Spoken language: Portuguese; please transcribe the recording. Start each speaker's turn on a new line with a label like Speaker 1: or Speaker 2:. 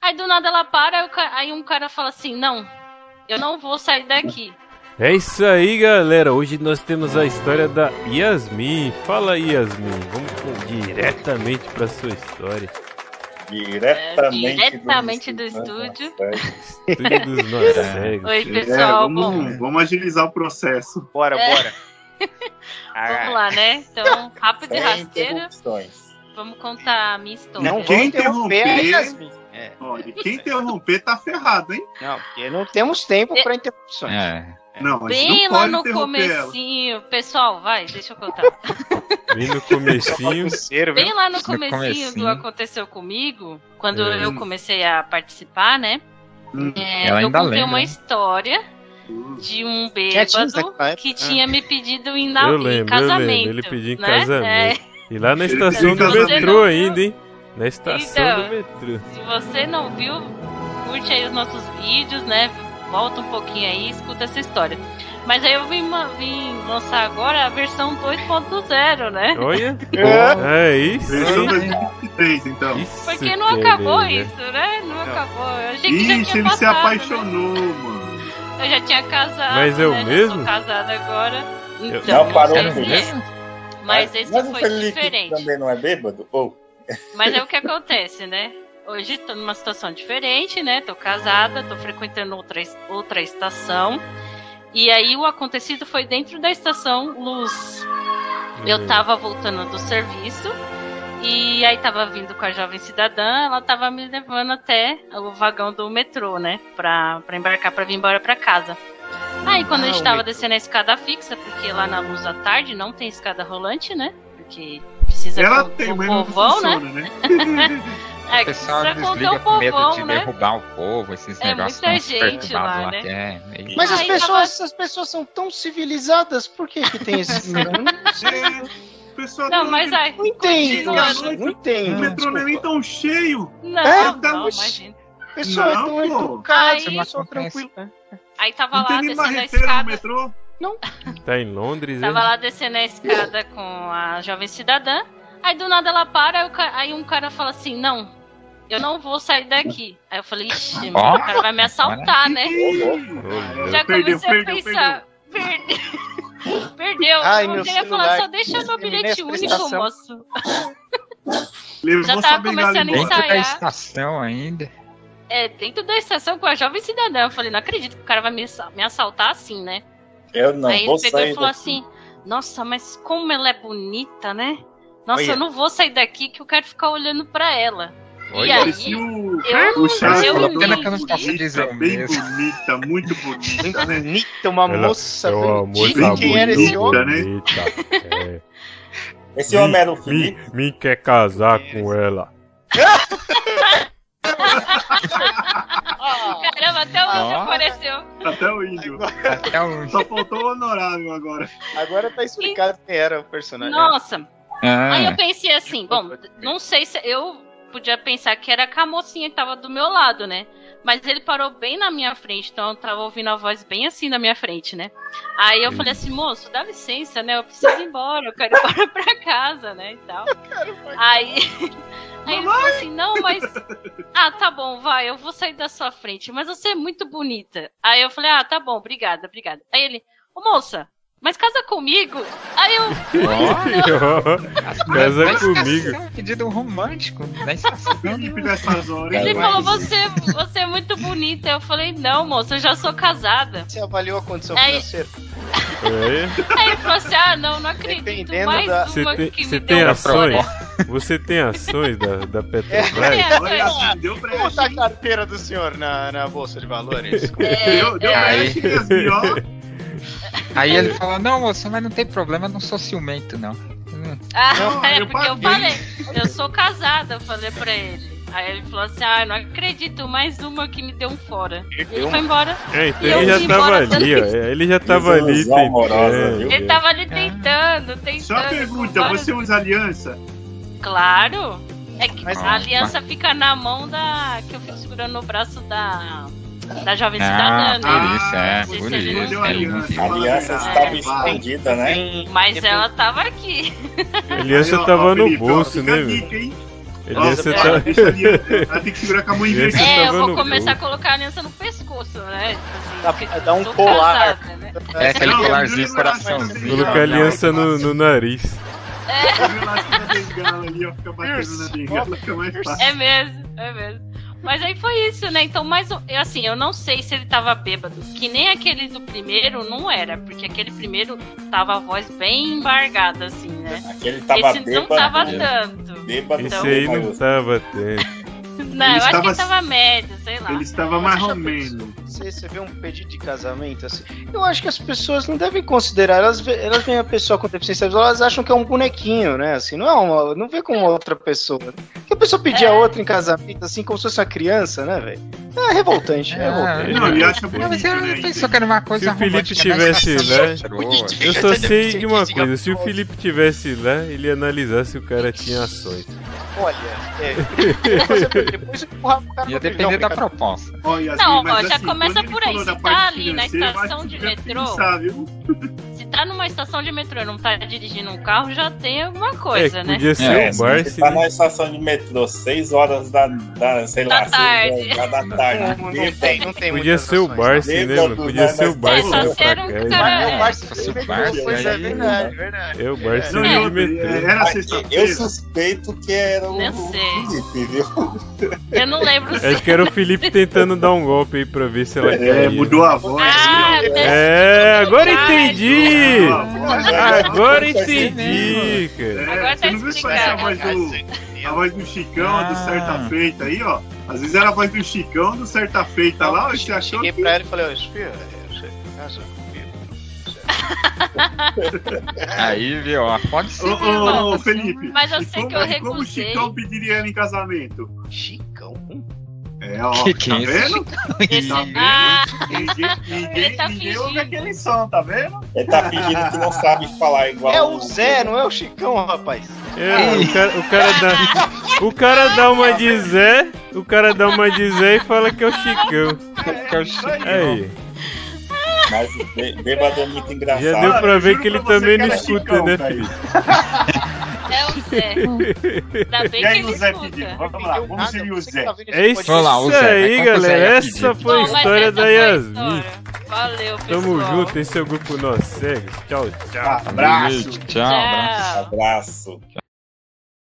Speaker 1: Aí do nada ela para, aí o ca- aí um cara fala assim: Não, eu não vou sair daqui.
Speaker 2: É isso aí, galera. Hoje nós temos a história da Yasmin. Fala aí, Yasmin. Vamos com- diretamente pra sua história.
Speaker 3: Diretamente,
Speaker 1: Diretamente do
Speaker 4: né?
Speaker 1: estúdio.
Speaker 4: É,
Speaker 2: Estúdio dos nós cegos.
Speaker 1: Oi,
Speaker 3: É,
Speaker 1: pessoal. Bom,
Speaker 3: vamos, vamos agilizar o processo.
Speaker 5: Bora,
Speaker 1: É.
Speaker 5: bora. Ah,
Speaker 1: vamos lá, né? Então, rápido e
Speaker 3: Sem
Speaker 1: rasteira, vamos contar a minha história.
Speaker 5: Não vou
Speaker 3: Quem
Speaker 5: interromper a
Speaker 3: interromper?
Speaker 5: Yasmin. É.
Speaker 3: Ó, e quem interromper tá ferrado, hein?
Speaker 5: Não, porque não temos tempo
Speaker 1: É.
Speaker 5: para interrupções.
Speaker 6: É.
Speaker 3: Não, a gente
Speaker 1: Bem
Speaker 3: não
Speaker 1: lá
Speaker 3: pode
Speaker 1: no
Speaker 3: interromper ela.
Speaker 1: comecinho, pessoal, vai, deixa eu contar.
Speaker 2: Bem no comecinho.
Speaker 5: Bagunceiro, viu?
Speaker 1: Bem lá no
Speaker 6: No
Speaker 1: comecinho do
Speaker 6: comecinho.
Speaker 1: Aconteceu Comigo, quando
Speaker 2: É.
Speaker 1: eu comecei a participar, né?
Speaker 3: Hum.
Speaker 1: É,
Speaker 6: Ela
Speaker 1: eu
Speaker 6: ainda
Speaker 1: contei
Speaker 6: lembra,
Speaker 1: uma
Speaker 6: né?
Speaker 1: história
Speaker 3: Hum.
Speaker 1: de um
Speaker 5: jeans
Speaker 1: bêbado
Speaker 5: naquela época?
Speaker 1: que
Speaker 3: né?
Speaker 5: Ah.
Speaker 1: tinha me pedido em, na...
Speaker 2: Eu
Speaker 1: em
Speaker 2: lembro, eu
Speaker 1: casamento.
Speaker 2: lembro. Ele pediu em
Speaker 1: né?
Speaker 2: casamento. E lá na
Speaker 3: Ele
Speaker 2: estação
Speaker 3: pediu
Speaker 2: do
Speaker 3: em casamento.
Speaker 2: metrô ainda, hein? Na estação
Speaker 1: Então.
Speaker 2: do metrô.
Speaker 1: É, se você não viu, curte aí os nossos vídeos, né? Volta um pouquinho aí e escuta essa história. Mas aí eu vim, ma- vim lançar agora a versão 2.0, né?
Speaker 2: Olha.
Speaker 5: É.
Speaker 2: É isso.
Speaker 3: Versão
Speaker 2: hein?
Speaker 3: 2023, então.
Speaker 2: Isso
Speaker 1: Porque não
Speaker 2: que é
Speaker 1: acabou
Speaker 2: lindo.
Speaker 1: isso, né? Não, acabou. Eu achei que já
Speaker 3: Ixi,
Speaker 1: tinha
Speaker 3: ele se
Speaker 1: passado, né?
Speaker 3: apaixonou, mano.
Speaker 1: Eu já tinha casado.
Speaker 2: Mas eu
Speaker 1: né? Já
Speaker 2: mesmo?
Speaker 1: sou casada agora.
Speaker 2: Eu-
Speaker 1: Então,
Speaker 4: Não, parou
Speaker 1: sei
Speaker 4: com
Speaker 1: se-
Speaker 4: isso?
Speaker 1: Mas esse
Speaker 4: Mas o
Speaker 1: foi
Speaker 4: Felipe
Speaker 1: diferente.
Speaker 4: Também não é bêbado? Ou
Speaker 1: Mas é o que acontece, né? Hoje tô numa situação diferente, né? Tô casada, tô frequentando outra, es- outra estação. E aí o acontecido foi dentro da estação Luz.
Speaker 2: É.
Speaker 5: Hum.
Speaker 1: Eu tava voltando do serviço e aí tava vindo com a jovem cidadã, ela tava me levando até o vagão do metrô, né? Pra, pra embarcar pra vir embora pra casa. Aí quando a
Speaker 5: Ah,
Speaker 1: gente
Speaker 5: o
Speaker 1: tava
Speaker 5: metrô.
Speaker 1: descendo a escada fixa, porque lá na luz à tarde não tem escada rolante, né? Porque precisa
Speaker 3: Ela
Speaker 1: con-
Speaker 3: tem,
Speaker 1: é o
Speaker 3: mas não
Speaker 1: povão, né?
Speaker 3: funciona, né?
Speaker 1: É,
Speaker 6: O
Speaker 1: que
Speaker 6: pessoal
Speaker 1: precisa conter
Speaker 6: desliga
Speaker 1: o
Speaker 6: com medo de
Speaker 1: povão, né?
Speaker 6: derrubar o povo, esses
Speaker 1: É
Speaker 6: negócios.
Speaker 1: muita
Speaker 6: tão super
Speaker 1: gente
Speaker 6: turbados
Speaker 1: lá, né?
Speaker 6: É, é isso.
Speaker 5: Mas as
Speaker 1: Aí
Speaker 5: pessoas, as pessoas são tão civilizadas, por que, que tem esse. Eu não sei, eu
Speaker 3: O pessoal
Speaker 1: Não,
Speaker 3: tá-
Speaker 1: mas aí.
Speaker 5: não entendo.
Speaker 1: Continuando.
Speaker 5: eu Não
Speaker 3: O
Speaker 5: entendo.
Speaker 3: metrô não é nem
Speaker 5: desculpa.
Speaker 3: tão cheio.
Speaker 1: Não,
Speaker 5: É,
Speaker 3: tá
Speaker 1: não,
Speaker 3: muito-
Speaker 1: imagina.
Speaker 5: Pessoa é
Speaker 3: Não,
Speaker 5: tão
Speaker 3: pô.
Speaker 5: educada,
Speaker 1: Aí-
Speaker 5: pessoa tranquila.
Speaker 1: Aí tava
Speaker 3: Não
Speaker 1: lá
Speaker 3: tem nem
Speaker 1: descendo a
Speaker 3: marreteira no
Speaker 1: escada.
Speaker 3: metrô.
Speaker 2: Tá em Londres, hein?
Speaker 1: Tava lá descendo a escada com a jovem cidadã. Aí do nada ela para, aí o ca- aí um cara fala assim: Não, eu não vou sair daqui. Aí eu falei: Ixi, mano, o cara vai me assaltar, né?
Speaker 3: Ah,
Speaker 1: Já
Speaker 3: perdeu,
Speaker 1: comecei
Speaker 3: perdeu,
Speaker 1: a pensar. Perdeu. Perdeu. Um
Speaker 5: Ai,
Speaker 1: eu
Speaker 5: meu
Speaker 1: já ia falar,
Speaker 5: celular.
Speaker 1: só deixa meu
Speaker 5: Terminei
Speaker 1: bilhete
Speaker 5: a
Speaker 1: único,
Speaker 5: prestação.
Speaker 1: moço.
Speaker 3: Levou
Speaker 1: Já
Speaker 3: sua
Speaker 1: tava
Speaker 3: bengala
Speaker 1: começando a
Speaker 3: embora.
Speaker 6: Dentro da
Speaker 1: ensaiar.
Speaker 6: estação ainda.
Speaker 1: É, dentro da estação com a jovem cidadã. Eu falei, não acredito que o cara vai me assa- me assaltar assim, né?
Speaker 4: eu não
Speaker 1: Aí
Speaker 4: vou
Speaker 1: ele pegou
Speaker 4: sair
Speaker 1: e falou
Speaker 4: daqui.
Speaker 1: assim: Nossa, mas como ela é bonita, né? Nossa,
Speaker 5: Olha.
Speaker 1: eu não vou sair daqui que eu quero ficar olhando pra ela.
Speaker 6: Olha.
Speaker 1: E aí,
Speaker 3: Parecia um- o,
Speaker 1: eu-
Speaker 3: o Chaves
Speaker 1: eu
Speaker 3: falando,
Speaker 1: pena que eu
Speaker 6: não posso
Speaker 3: bonita,
Speaker 6: dizer
Speaker 3: bem
Speaker 6: mesmo.
Speaker 3: bonita, muito bonita, né?
Speaker 5: Bonita, uma
Speaker 2: Ela-
Speaker 5: moça.
Speaker 2: É uma moça
Speaker 5: bem
Speaker 2: muito
Speaker 3: Sabe
Speaker 5: quem era esse
Speaker 3: bonita,
Speaker 5: homem?
Speaker 3: né?
Speaker 2: bonita. É.
Speaker 4: Esse homem era o
Speaker 2: Me,
Speaker 4: Felipe?
Speaker 2: me quer casar com ela.
Speaker 1: Caramba, até o índio
Speaker 6: Ah.
Speaker 1: apareceu.
Speaker 3: Até o índio.
Speaker 6: Até o...
Speaker 3: Só faltou o honorável agora.
Speaker 5: Agora tá explicado quem era o personagem.
Speaker 1: Nossa. Aí eu
Speaker 6: Ah,
Speaker 1: pensei assim: Bom, não sei se eu podia pensar que era com a mocinha que tava do meu lado, né? Mas ele parou bem na minha frente, então eu tava ouvindo a voz bem assim na minha frente, né? Aí eu falei assim, moço, dá licença, né? Eu preciso ir embora, eu quero ir embora pra casa, né? E tal. Aí, aí ele falou assim: não, mas. Ah, tá bom, vai, eu vou sair da sua frente, mas você é muito bonita. Aí eu falei: ah, tá bom, obrigada, obrigada. Aí ele: ô moça, mas casa comigo? Aí eu.
Speaker 2: Casa
Speaker 6: na estação,
Speaker 2: comigo.
Speaker 6: Pedido um romântico na estação.
Speaker 3: Felipe nessas horas.
Speaker 1: Ele
Speaker 6: Ué.
Speaker 1: falou: você, você é muito bonita. Eu falei: não, moça, eu já sou casada.
Speaker 5: Você avaliou a condição
Speaker 1: Aí-
Speaker 5: financeira?
Speaker 2: É.
Speaker 1: Aí ele falou assim: ah, não, não acredito.
Speaker 5: Dependendo
Speaker 1: Mais
Speaker 5: da-
Speaker 2: Você
Speaker 1: uma
Speaker 2: tem,
Speaker 1: que
Speaker 2: você
Speaker 1: me
Speaker 2: tem
Speaker 1: deu
Speaker 2: ações?
Speaker 1: fora.
Speaker 2: Você tem ações da, da
Speaker 1: É,
Speaker 2: Petrobras?
Speaker 3: Olha,
Speaker 1: ações.
Speaker 3: assim, deu
Speaker 5: Como
Speaker 3: brecha.
Speaker 5: tá a carteira do senhor na, na Bolsa de Valores?
Speaker 3: Deu, deu
Speaker 1: É,
Speaker 6: é.
Speaker 3: brecha, Yasmin, ó.
Speaker 6: Aí ele falou, não, moça, mas não tem problema, eu não sou ciumento, não. Hum,
Speaker 1: Ah,
Speaker 3: Não,
Speaker 1: é,
Speaker 3: eu
Speaker 1: porque eu
Speaker 3: paguei.
Speaker 1: falei, eu sou casada, eu falei pra ele. Aí ele falou assim, ah, eu não acredito, mais uma que me deu um fora. Ele foi embora,
Speaker 2: É, então
Speaker 1: Eu
Speaker 2: ele
Speaker 1: fui
Speaker 2: já tava
Speaker 1: embora
Speaker 2: ali, ó. É, Ele já tava ali.
Speaker 4: Desilusão
Speaker 2: tem-
Speaker 4: amorosa,
Speaker 2: é.
Speaker 4: viu?
Speaker 1: ele tava ali tentando, tentando.
Speaker 3: Ah. Só uma pergunta,
Speaker 1: vários-
Speaker 3: você usa aliança?
Speaker 1: Claro, é que
Speaker 5: Mas-
Speaker 1: a aliança fica na mão da... que eu fico segurando no braço da... da jovem
Speaker 6: Ah,
Speaker 1: cidadã,
Speaker 6: por
Speaker 1: né?
Speaker 6: isso, é,
Speaker 1: Você
Speaker 6: por
Speaker 1: se
Speaker 6: isso.
Speaker 1: iludiu
Speaker 6: é
Speaker 3: ali,
Speaker 6: muito
Speaker 3: né?
Speaker 6: bom.
Speaker 4: A aliança
Speaker 3: Ah,
Speaker 4: estava
Speaker 3: vai.
Speaker 4: escondida, né?
Speaker 1: Mas ela tava aqui.
Speaker 2: A aliança tava no bolso, né,
Speaker 3: velho?
Speaker 2: velho?
Speaker 3: Dica, tá hein? tá
Speaker 2: Ele ia
Speaker 3: Nossa, é.
Speaker 2: ser
Speaker 3: para,
Speaker 2: tão...
Speaker 3: deixa a aliança. Ela tem que segurar com a mão invertida.
Speaker 2: Você
Speaker 1: É,
Speaker 2: tá
Speaker 1: eu vou
Speaker 2: vendo-
Speaker 1: começar a colocar a aliança no pescoço, né? Tipo assim,
Speaker 7: Dá-
Speaker 1: porque
Speaker 7: dá um
Speaker 1: tô
Speaker 7: colar.
Speaker 1: casada, né?
Speaker 6: É aquele
Speaker 3: Não,
Speaker 6: colarzinho
Speaker 3: não,
Speaker 6: coração.
Speaker 3: não, não,
Speaker 2: Colocar
Speaker 3: Não,
Speaker 2: aliança no, no nariz.
Speaker 3: O elástico da bengala ali, ó. Fica batendo na bengala, fica mais fácil.
Speaker 1: É mesmo, é mesmo. Mas aí foi isso, né? Então, mais um- eu, assim, eu não sei se ele tava bêbado, que nem aquele do primeiro não era, porque aquele primeiro tava a voz bem embargada, assim, né?
Speaker 4: Aquele tava
Speaker 1: Esse não
Speaker 4: bêbado.
Speaker 1: tava
Speaker 4: né?
Speaker 1: tanto.
Speaker 4: Bêbado,
Speaker 3: Então,
Speaker 2: Esse aí
Speaker 4: mas
Speaker 2: não tava tendo.
Speaker 1: Não, eu acho que
Speaker 3: estava-
Speaker 1: ele tava médio, sei lá.
Speaker 3: Ele estava mais ou menos.
Speaker 5: Você, você vê um pedido de casamento assim. Eu acho que as pessoas não devem considerar. Elas, vê- elas veem a pessoa com deficiência visual, elas acham que é um bonequinho, né? Assim, não é uma. Não vê como outra pessoa. Porque a pessoa pedir
Speaker 1: É.
Speaker 5: a outra em casamento, assim, como se fosse uma criança, né, velho? É revoltante, é
Speaker 6: Ah,
Speaker 5: revoltante.
Speaker 3: Não, ele acha bonito,
Speaker 6: Não, é mas eu
Speaker 3: né?
Speaker 6: pensou que era uma coisa
Speaker 2: Se o Felipe
Speaker 6: romântica, né?
Speaker 2: tivesse,
Speaker 6: Estação
Speaker 2: né?
Speaker 5: É
Speaker 6: de metrô.
Speaker 2: Eu só sei de uma coisa, se o Felipe tivesse lá, ele ia analisar se o cara tinha ações.
Speaker 5: Olha, é. Você vê, depois empurrar pro cara pra pegar
Speaker 6: Ia depender
Speaker 5: um
Speaker 6: da
Speaker 5: pecado.
Speaker 6: proposta.
Speaker 3: Ó, Yasmin,
Speaker 1: Não,
Speaker 3: mas
Speaker 1: ó, já
Speaker 3: assim,
Speaker 1: começa
Speaker 3: quando ele
Speaker 1: por aí.
Speaker 3: falou
Speaker 1: Se
Speaker 3: da parte
Speaker 1: tá ali na
Speaker 3: financeira, eu acho
Speaker 1: estação de
Speaker 3: que já
Speaker 1: metrô-
Speaker 3: pensar, viu?
Speaker 1: Se tá numa estação de metrô e não tá dirigindo um carro, já tem alguma coisa,
Speaker 2: é,
Speaker 1: né?
Speaker 2: podia ser
Speaker 6: É,
Speaker 2: um
Speaker 4: se
Speaker 2: Barsi,
Speaker 4: você tá na estação de metrô, 6 horas da, da sei
Speaker 1: Da
Speaker 4: lá, seis
Speaker 1: tarde.
Speaker 4: horas da tarde.
Speaker 5: Não, não
Speaker 4: bêbado.
Speaker 5: tem, não tem
Speaker 2: podia
Speaker 5: muitas
Speaker 2: ser o
Speaker 5: opções.
Speaker 2: Barsi, né, mano?
Speaker 4: Lembra do-
Speaker 2: Podia
Speaker 4: da-
Speaker 2: ser o
Speaker 4: da-
Speaker 2: Barsi
Speaker 1: É,
Speaker 2: da
Speaker 1: só quero um
Speaker 2: facada.
Speaker 1: cara-
Speaker 5: Ah, é o Barça,
Speaker 6: Se fosse o
Speaker 5: você
Speaker 6: Barça,
Speaker 5: pois é
Speaker 6: aí-
Speaker 5: verdade, verdade.
Speaker 2: É o Barsi
Speaker 3: Não,
Speaker 2: de
Speaker 3: e outra, é,
Speaker 2: metrô.
Speaker 3: era
Speaker 4: Eu
Speaker 3: sexta-feira.
Speaker 4: suspeito que era o,
Speaker 1: Nem
Speaker 4: o
Speaker 1: sei.
Speaker 4: Felipe, viu?
Speaker 1: Eu não lembro se.
Speaker 2: Acho É que era o Felipe tentando dar um golpe aí pra ver se ela
Speaker 3: É,
Speaker 2: caía.
Speaker 3: mudou a voz.
Speaker 1: Ah, né?
Speaker 2: É, agora entendi!
Speaker 3: Mudou a voz.
Speaker 2: Agora
Speaker 4: Faz
Speaker 2: entendi,
Speaker 3: É,
Speaker 2: cara.
Speaker 1: Agora
Speaker 3: você
Speaker 1: tá
Speaker 3: não viu só essa
Speaker 1: explicado.
Speaker 3: voz do, a voz do Chicão, do
Speaker 6: Ah.
Speaker 3: Certa Feita aí, ó? Às vezes era a voz do Chicão, do Certa Feita tá lá, ó, você achou
Speaker 5: Cheguei
Speaker 3: que...
Speaker 5: pra ela e falei, é, ó, Esfio, você casa comigo.
Speaker 6: Aí, viu, ó, pode ser.
Speaker 3: Ô, ô, ô, Felipe,
Speaker 1: Mas eu
Speaker 3: e
Speaker 1: sei
Speaker 3: como,
Speaker 1: que eu
Speaker 3: e como o
Speaker 1: recusei.
Speaker 3: Chicão pediria ela em casamento?
Speaker 5: Chicão?
Speaker 3: É, ó,
Speaker 6: Que que
Speaker 3: tá
Speaker 6: é isso?
Speaker 3: vendo?
Speaker 1: Esse-
Speaker 3: Tá vendo?
Speaker 1: Ah,
Speaker 3: Ninguém, ninguém,
Speaker 1: Ele tá
Speaker 3: ninguém
Speaker 1: fingindo.
Speaker 3: ouve aquele som, tá vendo?
Speaker 4: Ele tá fingindo que não sabe falar igual.
Speaker 5: É o Zé, não é o Chicão, rapaz.
Speaker 2: É, o cara, o cara dá. O cara dá uma de Zé, o cara dá uma de Zé e fala que é o Chicão.
Speaker 6: Que é o
Speaker 3: isso aí.
Speaker 2: Aí,
Speaker 4: Mas o bê- bêbado é muito engraçado.
Speaker 2: já deu pra
Speaker 3: eu
Speaker 2: ver
Speaker 3: juro
Speaker 2: que ele
Speaker 3: pra você
Speaker 2: também
Speaker 3: que
Speaker 2: não
Speaker 3: era
Speaker 2: escuta,
Speaker 3: Chicão,
Speaker 2: né,
Speaker 3: velho.
Speaker 2: Felipe?
Speaker 1: É o Zé. Ainda bem
Speaker 3: E
Speaker 1: que
Speaker 3: aí
Speaker 1: ele
Speaker 3: o Zé
Speaker 1: escuta.
Speaker 3: pediu, vamos lá,
Speaker 5: Entendeu
Speaker 3: como
Speaker 5: nada,
Speaker 3: seria o
Speaker 5: você que
Speaker 3: Zé?
Speaker 5: tá vendo
Speaker 2: É
Speaker 5: esse
Speaker 2: isso
Speaker 6: Vamos lá, o Zé,
Speaker 2: aí,
Speaker 6: vai com o Zé,
Speaker 2: galera.
Speaker 6: rapidinho.
Speaker 2: Essa foi a
Speaker 1: Bom, mas
Speaker 2: história
Speaker 1: essa
Speaker 2: da
Speaker 1: foi a
Speaker 2: Yasmin.
Speaker 1: história. Valeu, pessoal.
Speaker 2: Tamo
Speaker 1: tá
Speaker 2: junto, esse é o grupo Nós Cegos. Tchau, tchau.
Speaker 3: Abraço.
Speaker 6: Tchau, abraço.
Speaker 1: Tchau.
Speaker 4: Abraço.